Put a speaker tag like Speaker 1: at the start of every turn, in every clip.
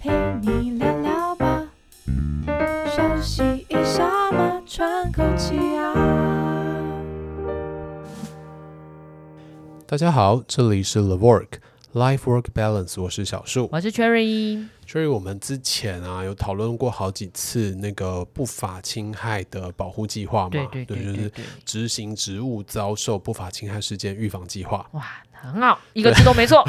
Speaker 1: 陪你聊聊吧，休息一下嘛，喘口气啊。
Speaker 2: 大家好，这里是 The Work Life Work Balance，我是小树。
Speaker 3: 我是 Cherry，
Speaker 2: 所以我们之前啊有讨论过好几次那个不法侵害的保护计划嘛，
Speaker 3: 对对对
Speaker 2: 就
Speaker 3: 对
Speaker 2: 是
Speaker 3: 对，
Speaker 2: 执行职务遭受不法侵害事件预防计划。
Speaker 3: 哇，很好，一个字都没错，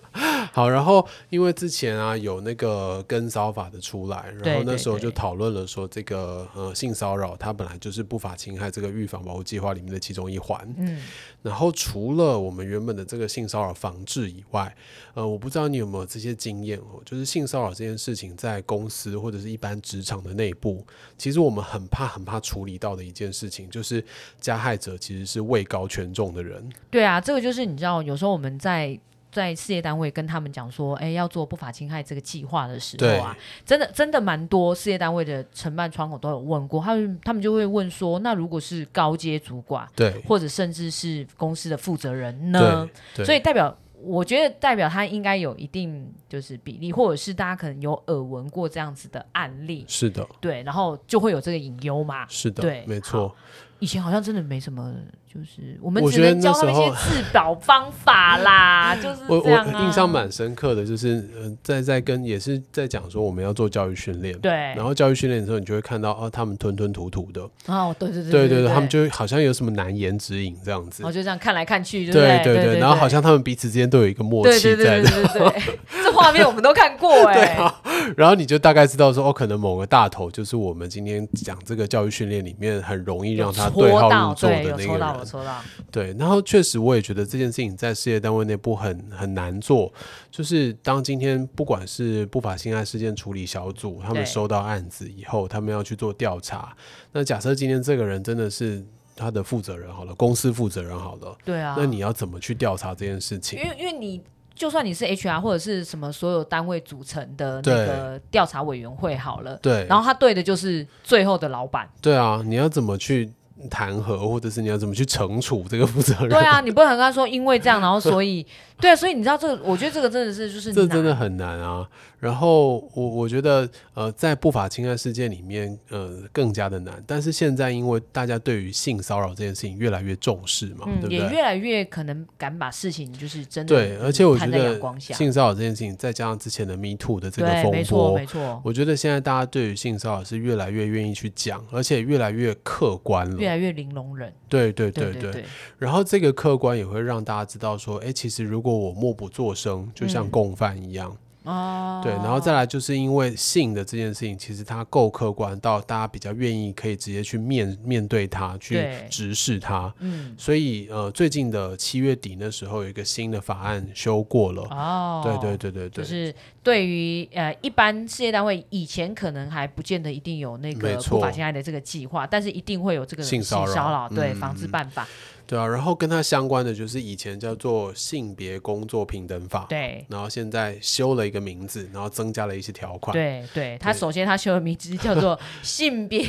Speaker 2: 好，然后因为之前啊有那个跟骚法的出来，然后
Speaker 3: 对
Speaker 2: 那
Speaker 3: 对
Speaker 2: 时候就
Speaker 3: 对
Speaker 2: 讨论了说这个呃性骚扰它本来就是不法侵害这个预防保护计划里面的其中一环。
Speaker 3: 嗯，
Speaker 2: 然后除了我们原本的这个性骚扰防治以外，呃，我不知道你有没有这些经验哦，就是性骚扰这件事情在公司或者是一般职场的内部，其实我们很怕很怕处理到的一件事情，就是加害者其实是位高权重的人，
Speaker 3: 对啊，这个就是你知道，有时候我们在。在事业单位跟他们讲说，哎，要做不法侵害这个计划的时候啊，真的真的蛮多事业单位的承办窗口都有问过，他们他们就会问说，那如果是高阶主管
Speaker 2: 对
Speaker 3: 或者甚至是公司的负责人呢
Speaker 2: 对？对，
Speaker 3: 所以代表，我觉得代表他应该有一定就是比例，或者是大家可能有耳闻过这样子的案例，
Speaker 2: 是的，
Speaker 3: 对，然后就会有这个隐忧嘛。
Speaker 2: 是的，
Speaker 3: 对
Speaker 2: 没错，
Speaker 3: 以前好像真的没什么，就是我们
Speaker 2: 我
Speaker 3: 只
Speaker 2: 觉得
Speaker 3: 能教
Speaker 2: 那
Speaker 3: 他们一
Speaker 2: 时
Speaker 3: 些
Speaker 2: 候
Speaker 3: 自保方法 啦，就是
Speaker 2: 我
Speaker 3: 这样啊。
Speaker 2: 我印象蛮深刻的，就是呃，在在跟也是在讲说我们要做教育训练，
Speaker 3: 对，
Speaker 2: 然后教育训练的时候，你就会看到哦、他们吞吞吐吐的，
Speaker 3: 哦，对对
Speaker 2: 对
Speaker 3: 对对
Speaker 2: 对对，他们就好像有什么难言之隐这样子
Speaker 3: 然后。就这样看来看去，不
Speaker 2: 对
Speaker 3: 对
Speaker 2: 对，然后好像他们彼此之间都有一个默
Speaker 3: 对
Speaker 2: 契
Speaker 3: 对
Speaker 2: 在
Speaker 3: 对对
Speaker 2: 的，
Speaker 3: 对对对， 这画面我们都看过
Speaker 2: 对
Speaker 3: 哎，
Speaker 2: 啊，然后你就大概知道说，哦，可能某个大头就是我们今天讲这个教育训练里面很容易
Speaker 3: 有
Speaker 2: 让他
Speaker 3: 戳
Speaker 2: 对号入
Speaker 3: 到
Speaker 2: 座
Speaker 3: 对，
Speaker 2: 的
Speaker 3: 有
Speaker 2: 那
Speaker 3: 戳
Speaker 2: 个
Speaker 3: 到有
Speaker 2: 人。
Speaker 3: 戳到，
Speaker 2: 对，然后确实我也觉得这件事情在事业单位内部很很难做，就是当今天不管是不法侵害事件处理小组，他们
Speaker 3: 对
Speaker 2: 收到案子以后，他们要去做调查，那假设今天这个人真的是他的负责人好了，公司负责人好了，
Speaker 3: 对啊。
Speaker 2: 那你要怎么去调查这件事情
Speaker 3: 因？为因为你就算你是 HR 或者是什么所有单位组成的那
Speaker 2: 对
Speaker 3: 个调查委员会好了，
Speaker 2: 对，
Speaker 3: 然后他对的就是最后的老板。
Speaker 2: 对啊，你要怎么去弹劾，或者是你要怎么去惩处这个负 责人？
Speaker 3: 对啊，你不能跟他说因为这样，然后所以 对啊，所以你知道这个，我觉得这个真的是就是
Speaker 2: 这真
Speaker 3: 难
Speaker 2: 的很难啊。然后我我觉得，呃，在不法侵害事件里面，呃，更加的难。但是现在因为大家对于性骚扰这件事情越来越重视嘛，
Speaker 3: 嗯，
Speaker 2: 对
Speaker 3: 也
Speaker 2: 不对？
Speaker 3: 越来越可能敢把事情就是真的
Speaker 2: 对，
Speaker 3: 就是
Speaker 2: 而且我觉
Speaker 3: 摊在阳
Speaker 2: 得
Speaker 3: 光下，
Speaker 2: 性骚扰这件事情，再加上之前的 Me Too 的这个
Speaker 3: 对，没
Speaker 2: 风
Speaker 3: 错
Speaker 2: 波
Speaker 3: 没，错，
Speaker 2: 我觉得现在大家对于性骚扰是越来越愿意去讲，而且越来越客观了。
Speaker 3: 越来越零容忍，
Speaker 2: 对对
Speaker 3: 对
Speaker 2: 对
Speaker 3: 对对
Speaker 2: 然后这个客观也会让大家知道说，哎，其实如果我默不作声，就像
Speaker 3: 嗯
Speaker 2: 共犯一样，
Speaker 3: 哦，
Speaker 2: 对。然后再来就是因为性的这件事情，其实它够客观到大家比较愿意可以直接去面面对它，去
Speaker 3: 对
Speaker 2: 直视它。
Speaker 3: 嗯
Speaker 2: 所以呃，最近的七月底那时候有一个新的法案修过了，
Speaker 3: 哦，
Speaker 2: 对对对对
Speaker 3: 就
Speaker 2: 对，
Speaker 3: 是对于呃一般事业单位，以前可能还不见得一定有那
Speaker 2: 没
Speaker 3: 个
Speaker 2: 错
Speaker 3: 不法侵害的这个计划，但是一定会有这个
Speaker 2: 性骚
Speaker 3: 骚
Speaker 2: 扰
Speaker 3: 对
Speaker 2: 嗯
Speaker 3: 防治办法，
Speaker 2: 对啊。然后跟它相关的就是以前叫做性别工作平等法，
Speaker 3: 对。
Speaker 2: 然后现在修了一个名字，然后增加了一些条款，
Speaker 3: 对对，他
Speaker 2: 对
Speaker 3: 首先他修的名字叫做 《性别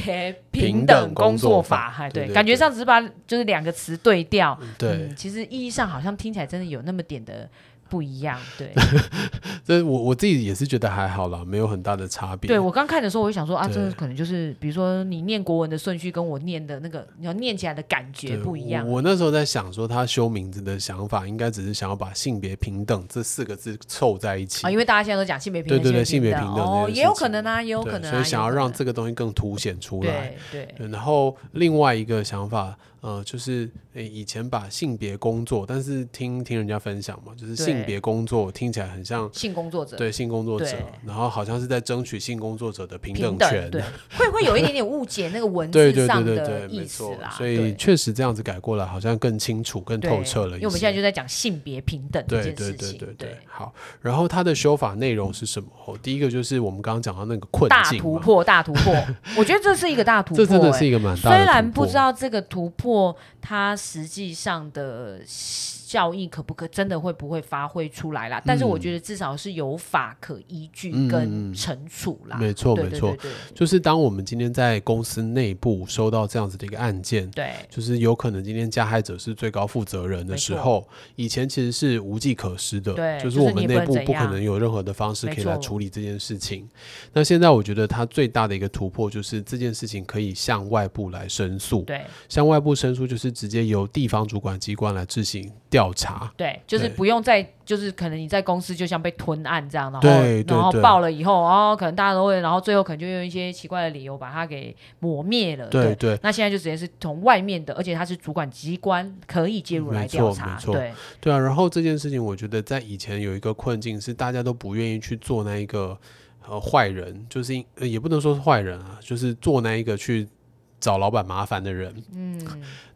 Speaker 2: 平
Speaker 3: 平
Speaker 2: 等
Speaker 3: 等
Speaker 2: 工
Speaker 3: 工
Speaker 2: 作
Speaker 3: 作
Speaker 2: 法
Speaker 3: 法》，哎，
Speaker 2: 对
Speaker 3: 对，
Speaker 2: 对
Speaker 3: 感觉
Speaker 2: 对
Speaker 3: 上只是把就是两个词对调，
Speaker 2: 对
Speaker 3: 嗯，其实意义上好像听起来真的有那么点的不一样，对
Speaker 2: 这我我自己也是觉得还好啦，没有很大的差别。
Speaker 3: 对。我刚看的时候，我就想说啊，这
Speaker 2: 对
Speaker 3: 个可能就是比如说你念国文的顺序跟我念的那个，你要念起来的感觉
Speaker 2: 对
Speaker 3: 不一样
Speaker 2: 我。我那时候在想说，他修名字的想法应该只是想要把性别平等这四个字凑在一起。
Speaker 3: 啊，因为大家现在都讲性别平等，
Speaker 2: 对对对
Speaker 3: 别
Speaker 2: 性别平等这
Speaker 3: 哦，
Speaker 2: 件
Speaker 3: 也有
Speaker 2: 事情
Speaker 3: 可能啊，也有
Speaker 2: 对
Speaker 3: 可能啊，
Speaker 2: 所以想要
Speaker 3: 也有可
Speaker 2: 让
Speaker 3: 能
Speaker 2: 这个东西更凸显出来。
Speaker 3: 对对
Speaker 2: 对然后另外一个想法，呃，就是诶以前把性别工作，但是听听人家分享嘛，就是
Speaker 3: 对
Speaker 2: 性别工作听起来很像
Speaker 3: 性工作者
Speaker 2: 对性工作者
Speaker 3: 对，
Speaker 2: 然后好像是在争取性工作者的平
Speaker 3: 平
Speaker 2: 等
Speaker 3: 等
Speaker 2: 权。
Speaker 3: 对，会会有一点点误解那个文
Speaker 2: 对
Speaker 3: 字
Speaker 2: 对对
Speaker 3: 上
Speaker 2: 对
Speaker 3: 的
Speaker 2: 对，
Speaker 3: 意
Speaker 2: 没
Speaker 3: 思
Speaker 2: 错
Speaker 3: 啦，。
Speaker 2: 所以
Speaker 3: 对
Speaker 2: 确实这样子改过来，好像更清楚、更
Speaker 3: 对
Speaker 2: 透彻了一些。
Speaker 3: 因为我们现在就在讲性别平等这
Speaker 2: 对
Speaker 3: 件
Speaker 2: 对
Speaker 3: 事
Speaker 2: 对
Speaker 3: 情，
Speaker 2: 对对，好。然后它的修法内容是什么？哦第一个就是我们刚刚讲到那个困
Speaker 3: 大
Speaker 2: 境
Speaker 3: 突
Speaker 2: 嘛，
Speaker 3: 破，大突破，我觉得这是一个大突破、
Speaker 2: 这
Speaker 3: 欸，
Speaker 2: 真的是一个蛮大
Speaker 3: 虽
Speaker 2: 的。
Speaker 3: 然不知，道这个突破它实际上的效益可不可真的会不会发挥出来啦？但是我觉得至少是有法可依据
Speaker 2: 嗯嗯嗯嗯
Speaker 3: 跟惩处啦。
Speaker 2: 没错
Speaker 3: 对
Speaker 2: 没错
Speaker 3: 对，对对
Speaker 2: 就是当我们今天在公司内部收到这样子的一个案件，
Speaker 3: 对
Speaker 2: 就是有可能今天加害者是最高负责人的
Speaker 3: 没
Speaker 2: 时
Speaker 3: 错
Speaker 2: 候，以前其实是无计可施的，
Speaker 3: 对
Speaker 2: 就
Speaker 3: 就是是
Speaker 2: 我
Speaker 3: 你
Speaker 2: 们
Speaker 3: 也
Speaker 2: 内部
Speaker 3: 不能怎
Speaker 2: 不可
Speaker 3: 样
Speaker 2: 能有任何的方式
Speaker 3: 没
Speaker 2: 可以来
Speaker 3: 错
Speaker 2: 处理这件事情。那现在我觉得它最大的一个突破就是这件事情可以向外部来申诉，
Speaker 3: 对
Speaker 2: 向外部申诉就是直接由地方主管机关来进行调查。
Speaker 3: 对，就是
Speaker 2: 对
Speaker 3: 不用再就是可能你在公司就像被吞案这样，然后
Speaker 2: 对对
Speaker 3: 然后
Speaker 2: 对
Speaker 3: 报了以后，哦，可能大家都会，然后最后可能就用一些奇怪的理由把它给抹灭了。
Speaker 2: 对对，
Speaker 3: 那现在就直接是从外面的，而且它是主管机关可以介入
Speaker 2: 没
Speaker 3: 来
Speaker 2: 错
Speaker 3: 调查
Speaker 2: 没，错
Speaker 3: 对
Speaker 2: 对啊，然后这件事情，我觉得在以前有一个困境是大家都不愿意去做那一个呃坏人，就是因、呃也不能说是坏人啊，就是做那一个去找老板麻烦的人。嗯，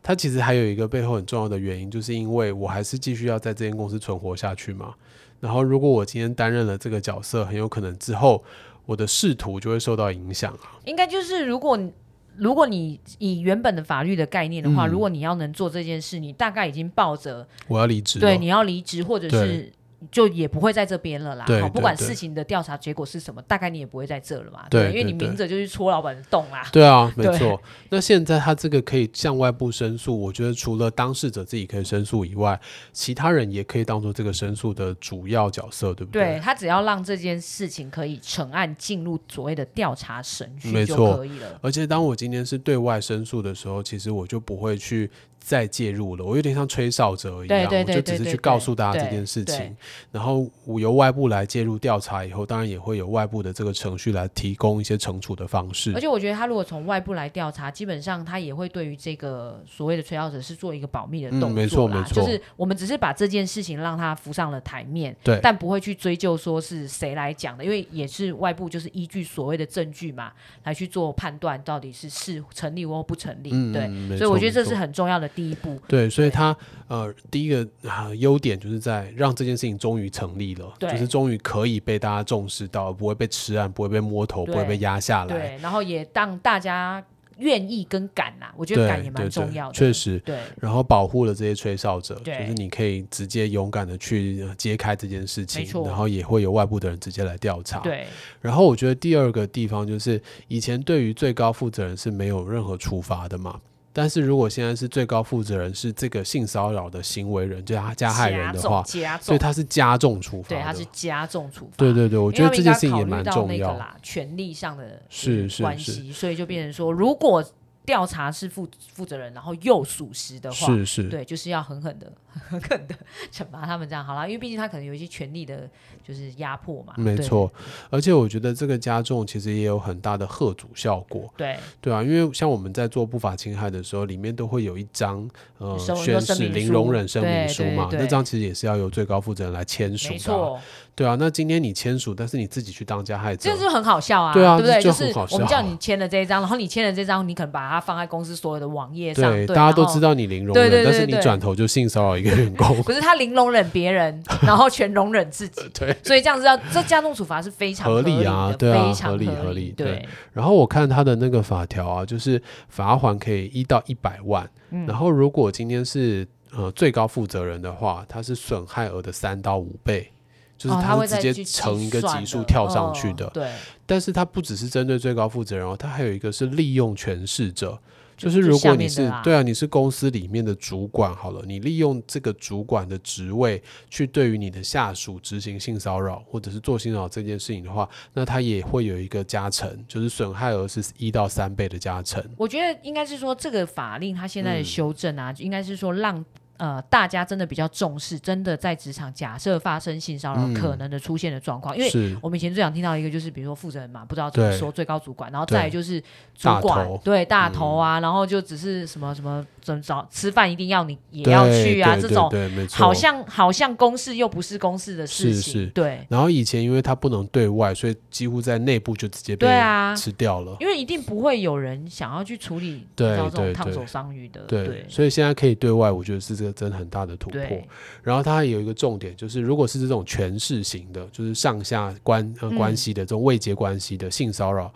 Speaker 2: 他其实还有一个背后很重要的原因，就是因为我还是继续要在这间公司存活下去嘛。然后如果我今天担任了这个角色，很有可能之后我的仕途就会受到影响啊。
Speaker 3: 应该就是如果你如果你以原本的法律的概念的话，
Speaker 2: 嗯
Speaker 3: 如果你要能做这件事，你大概已经抱着
Speaker 2: 我要离职了。
Speaker 3: 对你要离职，或者
Speaker 2: 对
Speaker 3: 是就也不会在这边了啦。
Speaker 2: 对
Speaker 3: 好，不管
Speaker 2: 对对
Speaker 3: 事情的调查结果是什么，大概你也不会在这了嘛。
Speaker 2: 对
Speaker 3: 因为
Speaker 2: 对
Speaker 3: 你
Speaker 2: 对
Speaker 3: 明着就是戳老板的洞啦。
Speaker 2: 对啊，没
Speaker 3: 对
Speaker 2: 错。那现在他这个可以向外部申诉，我觉得除了当事者自己可以申诉以外，其他人也可以当做这个申诉的主要角色，对不
Speaker 3: 对？他只要让这件事情可以成案进入所谓的调查程
Speaker 2: 没
Speaker 3: 序就
Speaker 2: 错
Speaker 3: 可以了。
Speaker 2: 而且当我今天是对外申诉的时候，其实我就不会去再介入了，我有点像吹哨者一样，
Speaker 3: 对对对
Speaker 2: 我就只
Speaker 3: 对
Speaker 2: 是
Speaker 3: 对
Speaker 2: 去
Speaker 3: 对
Speaker 2: 告诉大家这
Speaker 3: 对
Speaker 2: 件事情
Speaker 3: 对。
Speaker 2: 然后我由外部来介入调查以后，当然也会有外部的这个程序来提供一些惩处的方式
Speaker 3: 而。且我觉得他如果从外部来调查，基本上他也会对于这个所谓的吹哨者是做一个保密的动作啦、
Speaker 2: 嗯没错没错
Speaker 3: 就是我们只是把这件事情让他浮上了台面，
Speaker 2: 对
Speaker 3: 但不会去追究说是谁来讲的，因为也是外部就是依据所谓的证据嘛来去做判断，到底是是成立或不成立，
Speaker 2: 嗯，
Speaker 3: 对。
Speaker 2: 嗯，没
Speaker 3: 所以我
Speaker 2: 错
Speaker 3: 觉得
Speaker 2: 没
Speaker 3: 这
Speaker 2: 错
Speaker 3: 是很重要的第一步，
Speaker 2: 对，所以
Speaker 3: 对
Speaker 2: 他呃，第一个呃优点就是在让这件事情终于成立了，就
Speaker 3: 对
Speaker 2: 是终于可以被大家重视到，不会被吃案，不会被摸头，不会
Speaker 3: 对
Speaker 2: 被压下来。
Speaker 3: 对，然后也让大家愿意跟敢啊啦、我觉得敢也蛮
Speaker 2: 对
Speaker 3: 重
Speaker 2: 对
Speaker 3: 要的，
Speaker 2: 确实。
Speaker 3: 对
Speaker 2: 然后保护了这些吹哨者，就
Speaker 3: 对
Speaker 2: 是你可以直接勇敢的去呃揭开这件事情
Speaker 3: 没，错
Speaker 2: 然后也会有外部的人直接来调查。
Speaker 3: 对
Speaker 2: 然后我觉得第二个地方就是，以前对于最高负责人是没有任何处罚的嘛。但是如果现在是最高负责人是这个性骚扰的行为人，就是他加害人的话，
Speaker 3: 加重，加
Speaker 2: 所以
Speaker 3: 重
Speaker 2: 他是加重处罚的。
Speaker 3: 对，它是加重处罚。
Speaker 2: 对对对，我
Speaker 3: 我
Speaker 2: 觉得这件事情也蛮重
Speaker 3: 那
Speaker 2: 要。
Speaker 3: 个啦，权利上的
Speaker 2: 是
Speaker 3: 嗯
Speaker 2: 是
Speaker 3: 关
Speaker 2: 是
Speaker 3: 系，所以就变成说，如果调查是负负责人，然后又属实的话，
Speaker 2: 是是，
Speaker 3: 对，就是要狠狠的、 狠狠的惩罚他们这样好啦，因为毕竟他可能有一些权利的，就是压迫嘛。
Speaker 2: 没
Speaker 3: 啊对，
Speaker 2: 错。而且我觉得这个加重其实也有很大的贺阻效果，
Speaker 3: 对
Speaker 2: 对啊，因为像我们在做不法侵害的时候，里面都会有一张呃
Speaker 3: 声
Speaker 2: 宣
Speaker 3: 声
Speaker 2: 誓
Speaker 3: 明
Speaker 2: 零
Speaker 3: 书
Speaker 2: 容忍声明
Speaker 3: 对
Speaker 2: 书
Speaker 3: 对
Speaker 2: 嘛，
Speaker 3: 对
Speaker 2: 那张其实也是要由最高负责人来签署
Speaker 3: 没
Speaker 2: 的啊。
Speaker 3: 错，
Speaker 2: 对啊，那今天你签署，但是你自己去当加害者
Speaker 3: 这，就很好笑啊，
Speaker 2: 对啊
Speaker 3: 不对？
Speaker 2: 这就
Speaker 3: 就
Speaker 2: 很
Speaker 3: 是
Speaker 2: 好
Speaker 3: 我们
Speaker 2: 笑
Speaker 3: 叫你签了这一张，然后你签了这张，你可能把它放在公司所有的网页上，
Speaker 2: 对，
Speaker 3: 对
Speaker 2: 大家都
Speaker 3: 然后
Speaker 2: 知道你零容
Speaker 3: 对
Speaker 2: 忍，
Speaker 3: 对
Speaker 2: 但
Speaker 3: 对
Speaker 2: 是你
Speaker 3: 对，
Speaker 2: 转头就性骚扰一个员工
Speaker 3: 不是他零容忍别人，然后全容忍自己，
Speaker 2: 对，
Speaker 3: 所以这样子要这加重处罚是非常
Speaker 2: 合理
Speaker 3: 理的
Speaker 2: 啊对啊
Speaker 3: 非常
Speaker 2: 合理
Speaker 3: 合
Speaker 2: 合理
Speaker 3: 理，
Speaker 2: 对，然后我看他的那个法条啊，就是罚款可以一到一百万，
Speaker 3: 嗯
Speaker 2: 然后如果今天是呃最高负责人的话，他是损害额的三到五倍。就是
Speaker 3: 哦他会
Speaker 2: 是
Speaker 3: 再
Speaker 2: 直接
Speaker 3: 去
Speaker 2: 乘一个
Speaker 3: 算
Speaker 2: 级数
Speaker 3: 的
Speaker 2: 跳上去
Speaker 3: 哦
Speaker 2: 的，
Speaker 3: 对，
Speaker 2: 但是他不只是针对最高负责人哦，他还有一个是利用权势者，就
Speaker 3: 就是就
Speaker 2: 如
Speaker 3: 下
Speaker 2: 果你
Speaker 3: 面的
Speaker 2: 是
Speaker 3: 啦
Speaker 2: 对啊，你是公司里面的主管好了，你利用这个主管的职位去对于你的下属执行性骚扰或者是做性骚扰这件事情的话，那他也会有一个加成，就是损害额是一到三倍的加成。
Speaker 3: 我觉得应该是说这个法令它现在
Speaker 2: 嗯
Speaker 3: 的修正啊，应该是说让。呃，大家真的比较重视，真的在职场假设发生性骚扰
Speaker 2: 嗯
Speaker 3: 可能的出现的状况，因为
Speaker 2: 是
Speaker 3: 我们以前最常听到一个就是，比如说负责人嘛，不知道怎么
Speaker 2: 对
Speaker 3: 说最高主管，然后
Speaker 2: 对
Speaker 3: 再来就是主
Speaker 2: 大
Speaker 3: 管
Speaker 2: 头，
Speaker 3: 对大头啊，然后就只是什么什么怎么找吃饭一定要你也
Speaker 2: 对
Speaker 3: 要去啊，
Speaker 2: 对
Speaker 3: 这
Speaker 2: 对
Speaker 3: 种
Speaker 2: 对，没错，
Speaker 3: 好像好像公事又不是公事的事
Speaker 2: 是
Speaker 3: 情，
Speaker 2: 是
Speaker 3: 对
Speaker 2: 然后以前因为他不能对外，所以几乎在内部就直接被
Speaker 3: 对啊
Speaker 2: 吃掉了。
Speaker 3: 因为一定不会有人想要去处理你知
Speaker 2: 对
Speaker 3: 道这
Speaker 2: 对
Speaker 3: 种烫
Speaker 2: 对
Speaker 3: 手伤鱼的，
Speaker 2: 对，所以现在可以对外，我觉得是这个真的很大的突破。
Speaker 3: 对
Speaker 2: 然后它还有一个重点，就是如果是这种权势型的，就是上下关呃关
Speaker 3: 嗯
Speaker 2: 系的这种未结关系的性骚扰，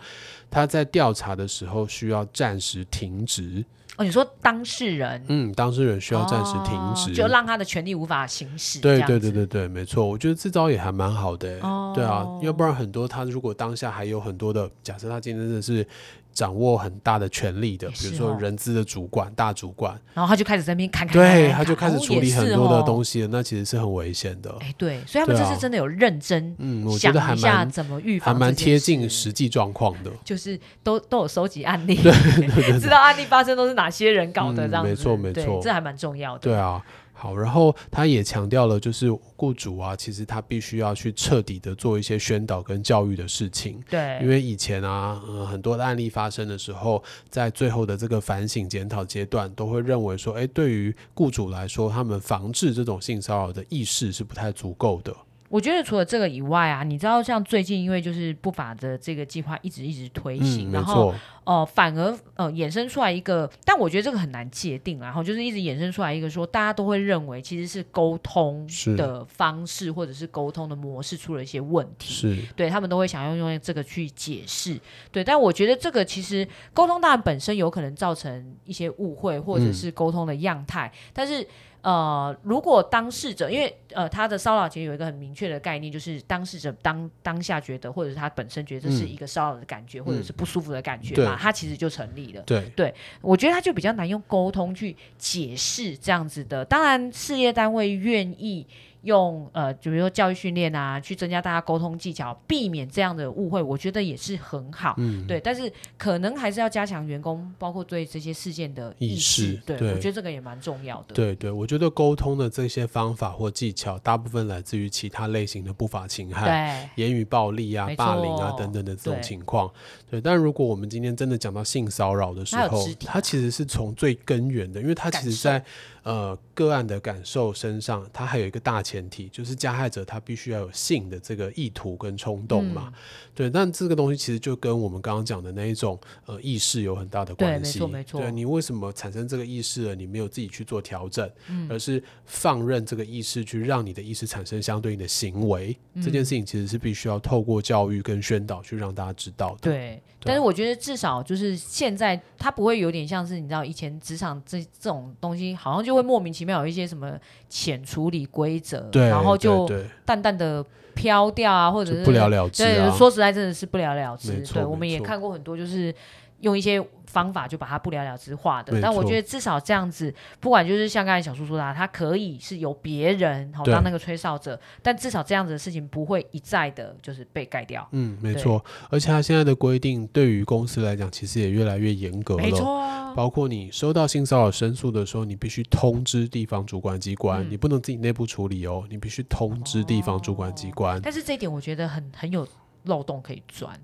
Speaker 2: 他在调查的时候需要暂时停职，
Speaker 3: 哦，你说当事人
Speaker 2: 嗯，当事人需要暂时停
Speaker 3: 哦
Speaker 2: 职，
Speaker 3: 就让他的权利无法行使。
Speaker 2: 对
Speaker 3: 这样
Speaker 2: 对
Speaker 3: 子
Speaker 2: 对对对，没错，我觉得这招也还蛮好的欸、
Speaker 3: 哦
Speaker 2: 对啊，要不然很多他如果当下还有很多的，假设他今天真的是掌握很大的权力的，
Speaker 3: 也
Speaker 2: 比如
Speaker 3: 是
Speaker 2: 说
Speaker 3: 哦哎
Speaker 2: 人资的主管、大主管，
Speaker 3: 然后他就开始在那边看看，
Speaker 2: 对，他就开始处理很多的
Speaker 3: 西。
Speaker 2: 东西了，那其实是很危险的。
Speaker 3: 哎，对，所以他们
Speaker 2: 对
Speaker 3: 这
Speaker 2: 啊
Speaker 3: 次真的有认真
Speaker 2: 嗯，我觉
Speaker 3: 想
Speaker 2: 得还
Speaker 3: 一下
Speaker 2: 蛮
Speaker 3: 怎么预
Speaker 2: 还
Speaker 3: 防，
Speaker 2: 蛮贴近，实际状况的。
Speaker 3: 就是都都有收集案例， 知道案例发生都是哪些人搞的
Speaker 2: 嗯
Speaker 3: 这样子。
Speaker 2: 没错没
Speaker 3: 对
Speaker 2: 错
Speaker 3: 这还蛮重要的。
Speaker 2: 对啊，好，然后他也强调了，就是雇主啊，其实他必须要去彻底的做一些宣导跟教育的事情。
Speaker 3: 对，
Speaker 2: 因为以前啊，呃，很多的案例发生的时候，在最后的这个反省检讨阶段，都会认为说，哎，对于雇主来说，他们防治这种性骚扰的意识是不太足够的。
Speaker 3: 我觉得除了这个以外啊，你知道像最近因为就是不法的这个计划一直一直推
Speaker 2: 嗯，
Speaker 3: 行，
Speaker 2: 没
Speaker 3: 然后
Speaker 2: 错，
Speaker 3: 呃反而呃衍生出来一个，但我觉得这个很难界定啊，然后就是一直衍生出来一个说大家都会认为其实是沟通
Speaker 2: 是
Speaker 3: 的方式或者是沟通的模式出了一些问题。
Speaker 2: 是
Speaker 3: 对他们都会想要用这个去解释，对，但我觉得这个其实沟通当然本身有可能造成一些误会或者
Speaker 2: 嗯
Speaker 3: 是沟通的样态，但是呃，如果当事者因为呃他的骚扰其实有一个很明确的概念，就是当事者当当下觉得或者是他本身觉得这是一个骚扰的感觉、或者是不舒服的感觉嘛，
Speaker 2: 嗯对
Speaker 3: 他其实就成立了。
Speaker 2: 对，
Speaker 3: 我觉得他就比较难用沟通去解释这样子的。当然，事业单位愿意用呃，比如说教育训练啊，去增加大家沟通技巧，避免这样的误会，我觉得也是很好。
Speaker 2: 嗯，
Speaker 3: 对，但是可能还是要加强员工，包括对这些事件的
Speaker 2: 意
Speaker 3: 识。
Speaker 2: 识
Speaker 3: 对，
Speaker 2: 对
Speaker 3: 我觉得这个也蛮重要的。
Speaker 2: 对对，我觉得沟通的这些方法或技巧，大部分来自于其他类型的不法侵害。
Speaker 3: 对，
Speaker 2: 言语暴力啊
Speaker 3: 没、
Speaker 2: 霸凌啊
Speaker 3: 错
Speaker 2: 等等的这种
Speaker 3: 对
Speaker 2: 情况。对，但如果我们今天真的讲到性骚扰的时
Speaker 3: 它有
Speaker 2: 候
Speaker 3: 肢，体啊
Speaker 2: 它其实是从最根源的，因为它其
Speaker 3: 感
Speaker 2: 实
Speaker 3: 受
Speaker 2: 在呃个案的感受身上，它还有一个大前提，就是加害者他必须要有性的这个意图跟冲动嘛。
Speaker 3: 嗯
Speaker 2: 对，但这个东西其实就跟我们刚刚讲的那一种呃意识有很大的
Speaker 3: 对
Speaker 2: 关
Speaker 3: 没
Speaker 2: 系。
Speaker 3: 错没错
Speaker 2: 对你为什么产生这个意识了，你没有自己去做调整，
Speaker 3: 嗯
Speaker 2: 而是放任这个意识去让你的意识产生相对应的行为，
Speaker 3: 嗯
Speaker 2: 这件事情其实是必须要透过教育跟宣导去让大家知道的。
Speaker 3: 对，但是我觉得至少就是现在，它不会有点像是你知道以前职场这这种东西，好像就会莫名其妙有一些什么浅处理规则，
Speaker 2: 对，
Speaker 3: 然后就
Speaker 2: 对
Speaker 3: 淡淡的飘掉啊，或者
Speaker 2: 对
Speaker 3: 是
Speaker 2: 就不了了之
Speaker 3: 对，
Speaker 2: 啊。
Speaker 3: 说实在真的是不了了之
Speaker 2: 没。错
Speaker 3: 对，
Speaker 2: 没
Speaker 3: 我们也
Speaker 2: 错
Speaker 3: 看过很多就是。用一些方法就把它不了了之化的
Speaker 2: 没，
Speaker 3: 但我
Speaker 2: 错
Speaker 3: 觉得至少这样子，不管就是像刚才小叔说的、啊，他可以是由别人好
Speaker 2: 对
Speaker 3: 当那个吹哨者，但至少这样子的事情不会一再的，就是被盖掉。
Speaker 2: 嗯，没
Speaker 3: 对
Speaker 2: 错。而且它现在的规定对于公司来讲，其实也越来越严格了。
Speaker 3: 没错啊，
Speaker 2: 包括你收到性骚扰申诉的时候，你必须通知地方主管机关，
Speaker 3: 嗯
Speaker 2: 你不能自己内部处理哦，你必须通知地方主管机关。
Speaker 3: 但是这一点我觉得很很有漏洞可以 钻，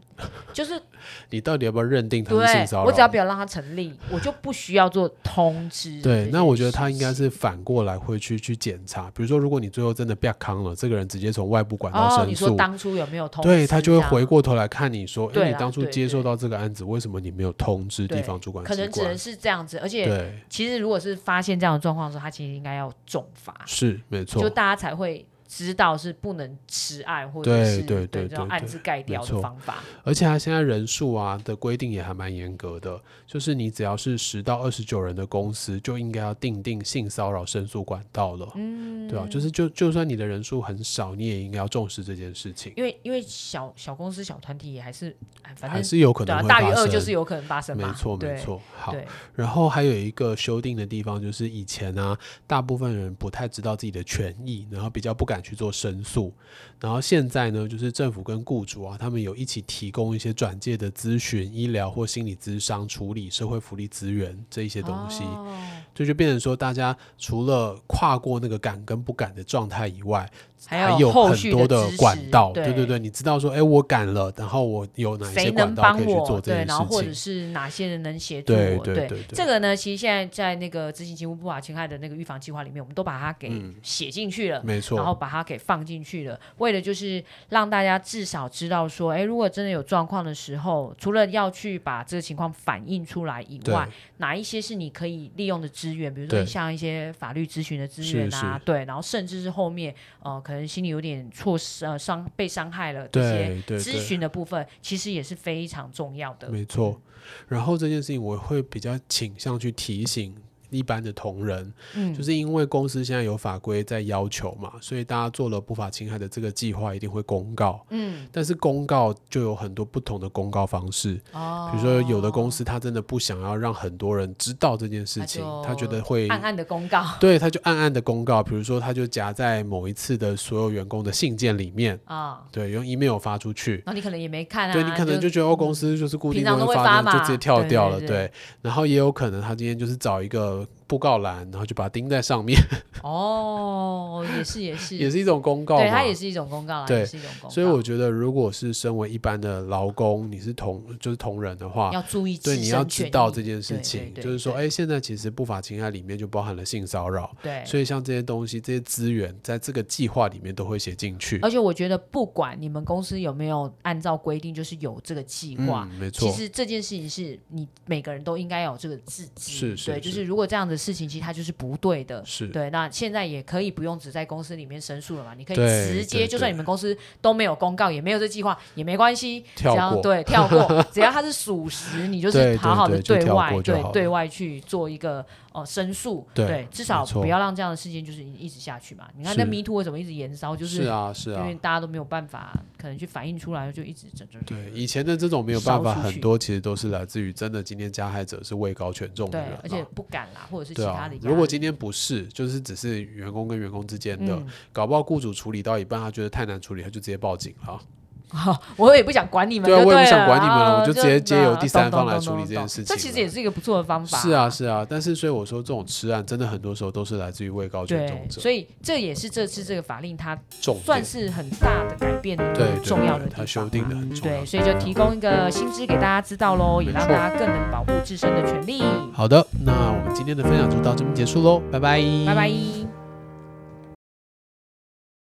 Speaker 3: 就是
Speaker 2: 你到底要不要认定他是
Speaker 3: 对
Speaker 2: 性骚扰？
Speaker 3: 我只要不要让它成立，我就不需要做通知。
Speaker 2: 对，那我觉得他应该是反过来会去去检查，比如说，如果你最后真的被康了，这个人直接从外部管道
Speaker 3: 哦，
Speaker 2: 申
Speaker 3: 你说
Speaker 2: 诉，
Speaker 3: 当初有没有通知这样？
Speaker 2: 对
Speaker 3: 啊
Speaker 2: 他就会回过头来看你说，哎，
Speaker 3: 对
Speaker 2: 你
Speaker 3: 啦
Speaker 2: 当初
Speaker 3: 对
Speaker 2: 接受
Speaker 3: 对
Speaker 2: 到这个案子，为什么你没有通知地
Speaker 3: 对
Speaker 2: 方主管
Speaker 3: 可
Speaker 2: 机
Speaker 3: 能只能
Speaker 2: 关？
Speaker 3: 是这样子，而且
Speaker 2: 对，
Speaker 3: 其实如果是发现这样的状况的时候，他其实应该要重罚，
Speaker 2: 是没错
Speaker 3: 就，大家才会知道是不能迟案或者
Speaker 2: 对
Speaker 3: 是
Speaker 2: 对对
Speaker 3: 这种
Speaker 2: 对
Speaker 3: 案
Speaker 2: 对
Speaker 3: 子盖掉
Speaker 2: 没
Speaker 3: 的
Speaker 2: 错
Speaker 3: 方法。
Speaker 2: 而且他现在人数啊的规定也还蛮严格的，就是你只要是十到二十九人的公司，就应该要定定性骚扰申诉管道了，嗯，对啊，就是就就算你的人数很少，你也应该要重视这件事情，
Speaker 3: 因为因为小小公司小团体也还是，哎反
Speaker 2: 还
Speaker 3: 正
Speaker 2: 是有可
Speaker 3: 对
Speaker 2: 能
Speaker 3: 啊，
Speaker 2: 会
Speaker 3: 大于
Speaker 2: 发
Speaker 3: 二
Speaker 2: 生。
Speaker 3: 就是有可能发生嘛。
Speaker 2: 没错，
Speaker 3: 对
Speaker 2: 没。错。好，
Speaker 3: 对，
Speaker 2: 然后还有一个修订的地方，就是以前啊，大部分人不太知道自己的权益，然后比较不敢去做申诉。然后现在呢，就是政府跟雇主啊，他们有一起提供一些转介的咨询、医疗或心理咨商、处理社会福利资源这一些东西。
Speaker 3: 哦
Speaker 2: 这就变成说，大家除了跨过那个敢跟不敢的状态以外，
Speaker 3: 还
Speaker 2: 还
Speaker 3: 有后
Speaker 2: 很
Speaker 3: 续
Speaker 2: 多
Speaker 3: 的
Speaker 2: 的
Speaker 3: 支持
Speaker 2: 管道。
Speaker 3: 对
Speaker 2: 对对对，你知道说，哎，我敢了，然后我有哪一
Speaker 3: 谁
Speaker 2: 些
Speaker 3: 能
Speaker 2: 管道
Speaker 3: 帮
Speaker 2: 可以去
Speaker 3: 我？
Speaker 2: 做这
Speaker 3: 对，
Speaker 2: 件
Speaker 3: 然后或
Speaker 2: 事
Speaker 3: 者
Speaker 2: 情？
Speaker 3: 是哪些人能协助
Speaker 2: 对
Speaker 3: 我？
Speaker 2: 对对对
Speaker 3: 这个呢，其实现在在那个执行情务不法侵害的那个预防计划里面，我们都把它给
Speaker 2: 嗯
Speaker 3: 写进去了。
Speaker 2: 没错，
Speaker 3: 然后把它给放进去了，为了就是让大家至少知道说，哎，如果真的有状况的时候，除了要去把这个情况反映出来以
Speaker 2: 对
Speaker 3: 外，哪一些是你可以利用的资源，比如说
Speaker 2: 对
Speaker 3: 像一些法律咨询的资
Speaker 2: 是
Speaker 3: 源啊，
Speaker 2: 是
Speaker 3: 对，然后甚至是后面呃可能心里有点错失呃伤被伤害了这些
Speaker 2: 对对
Speaker 3: 咨
Speaker 2: 对，
Speaker 3: 询的部分，其实也是非常重要的。嗯
Speaker 2: 没错。然后这件事情我会比较倾向去提醒一般的同仁，
Speaker 3: 嗯，
Speaker 2: 就是因为公司现在有法规在要求嘛，所以大家做了不法侵害的这个计划一定会公告。
Speaker 3: 嗯
Speaker 2: 但是公告就有很多不同的公告方式，
Speaker 3: 哦，
Speaker 2: 比如说有的公司他真的不想要让很多人知道这件事情，
Speaker 3: 他
Speaker 2: 他觉
Speaker 3: 就
Speaker 2: 得会
Speaker 3: 暗暗的公告
Speaker 2: 对他就暗暗的公告，比如说他就夹在某一次的所有员工的信件里面，
Speaker 3: 啊，
Speaker 2: 对，用 email 发出去。
Speaker 3: 然后你可能也没看啊，
Speaker 2: 对你可能就觉得哦，公司就是固
Speaker 3: 平
Speaker 2: 定
Speaker 3: 常都
Speaker 2: 会
Speaker 3: 会
Speaker 2: 发
Speaker 3: 发
Speaker 2: 的，就
Speaker 3: 嘛
Speaker 2: 直接跳
Speaker 3: 对
Speaker 2: 掉
Speaker 3: 对
Speaker 2: 了。
Speaker 3: 对
Speaker 2: 对，然后也有可能他今天就是找一个布告栏，然后就把它钉在上面，
Speaker 3: 哦，也是也 是
Speaker 2: 也是一种公告嘛。
Speaker 3: 对，它也是一种公告啦，
Speaker 2: 对
Speaker 3: 也是一种公告，
Speaker 2: 所以我觉得，如果是身为一般的劳工，你是同就是同仁的话，
Speaker 3: 要注意自
Speaker 2: 啊对
Speaker 3: 身
Speaker 2: 你要知道这件事
Speaker 3: 权益
Speaker 2: 情，
Speaker 3: 对对对
Speaker 2: 就是说，
Speaker 3: 对
Speaker 2: 哎，现在其实不法侵害里面就包含了性骚扰，
Speaker 3: 对，
Speaker 2: 所以像这些东西、这些资源，在这个计划里面都会写进去。
Speaker 3: 而且我觉得不管你们公司有没有按照规定，就是有这个计划。
Speaker 2: 嗯，没
Speaker 3: 其
Speaker 2: 错，
Speaker 3: 实这件事情是你每个人都应该有这个自知，
Speaker 2: 是是
Speaker 3: 对，就是是如果这样的事情，其实它就是不对的，
Speaker 2: 是
Speaker 3: 对，那现在也可以不用只在公司里面申诉了嘛，你可以
Speaker 2: 对
Speaker 3: 直接，
Speaker 2: 对
Speaker 3: 就算
Speaker 2: 对
Speaker 3: 你们公司都没有公告，也没有这计划，也没关系，只
Speaker 2: 跳
Speaker 3: 要
Speaker 2: 过
Speaker 3: 对 跳过，只要它是属实，你就
Speaker 2: 对对
Speaker 3: 是好好的
Speaker 2: 对就跳
Speaker 3: 外
Speaker 2: 过就
Speaker 3: 对
Speaker 2: 好了
Speaker 3: 对外去做一个呃申诉，
Speaker 2: 对
Speaker 3: 至少
Speaker 2: 没错
Speaker 3: 不要让这样的事情就是一直下去嘛。你看那
Speaker 2: 是
Speaker 3: Me Too 为什么一直延烧，就是
Speaker 2: 啊，是
Speaker 3: 因
Speaker 2: 啊
Speaker 3: 为，大家都没有办法可能去反映出来，就一直整整
Speaker 2: 对，以前的这种没有
Speaker 3: 烧
Speaker 2: 办法，
Speaker 3: 出
Speaker 2: 很
Speaker 3: 去
Speaker 2: 多其实都是来自于真的今天加害者是位高权重的
Speaker 3: 对
Speaker 2: 人啦，
Speaker 3: 而且不敢啦，或者是其
Speaker 2: 啊对
Speaker 3: 他
Speaker 2: 啊
Speaker 3: 的压力。，
Speaker 2: 如果今天啊不是，就是只是员工跟员工之间的，
Speaker 3: 嗯，
Speaker 2: 搞不好雇主处理到一半，他觉得太难处理，他就直接报警了。啊
Speaker 3: 我也不想管你们，
Speaker 2: 对啊
Speaker 3: 就
Speaker 2: 我也不
Speaker 3: 了
Speaker 2: 想管你们了
Speaker 3: 啊
Speaker 2: 我就直接借由第三方来处理这件事情
Speaker 3: 懂懂懂懂懂这其实也是一个不错的方法。
Speaker 2: 是啊，，是啊，但是所以我说，这种吃案真的很多时候都是来自于位高权
Speaker 3: 对
Speaker 2: 重，者，
Speaker 3: 所以这也是这次这个法令它
Speaker 2: 重
Speaker 3: 算
Speaker 2: 点
Speaker 3: 是很大的改变的一
Speaker 2: 对
Speaker 3: 个
Speaker 2: 对
Speaker 3: 重要的
Speaker 2: 对
Speaker 3: 地
Speaker 2: 他
Speaker 3: 方
Speaker 2: 修订的
Speaker 3: 嘛
Speaker 2: 很重要
Speaker 3: 对，。所以就提供一个薪资给大家知道喽，也
Speaker 2: 没
Speaker 3: 让
Speaker 2: 错
Speaker 3: 大家更能保护自身的权利。
Speaker 2: 好的，那我们今天的分享就到这边结束喽，拜拜，
Speaker 3: 拜拜。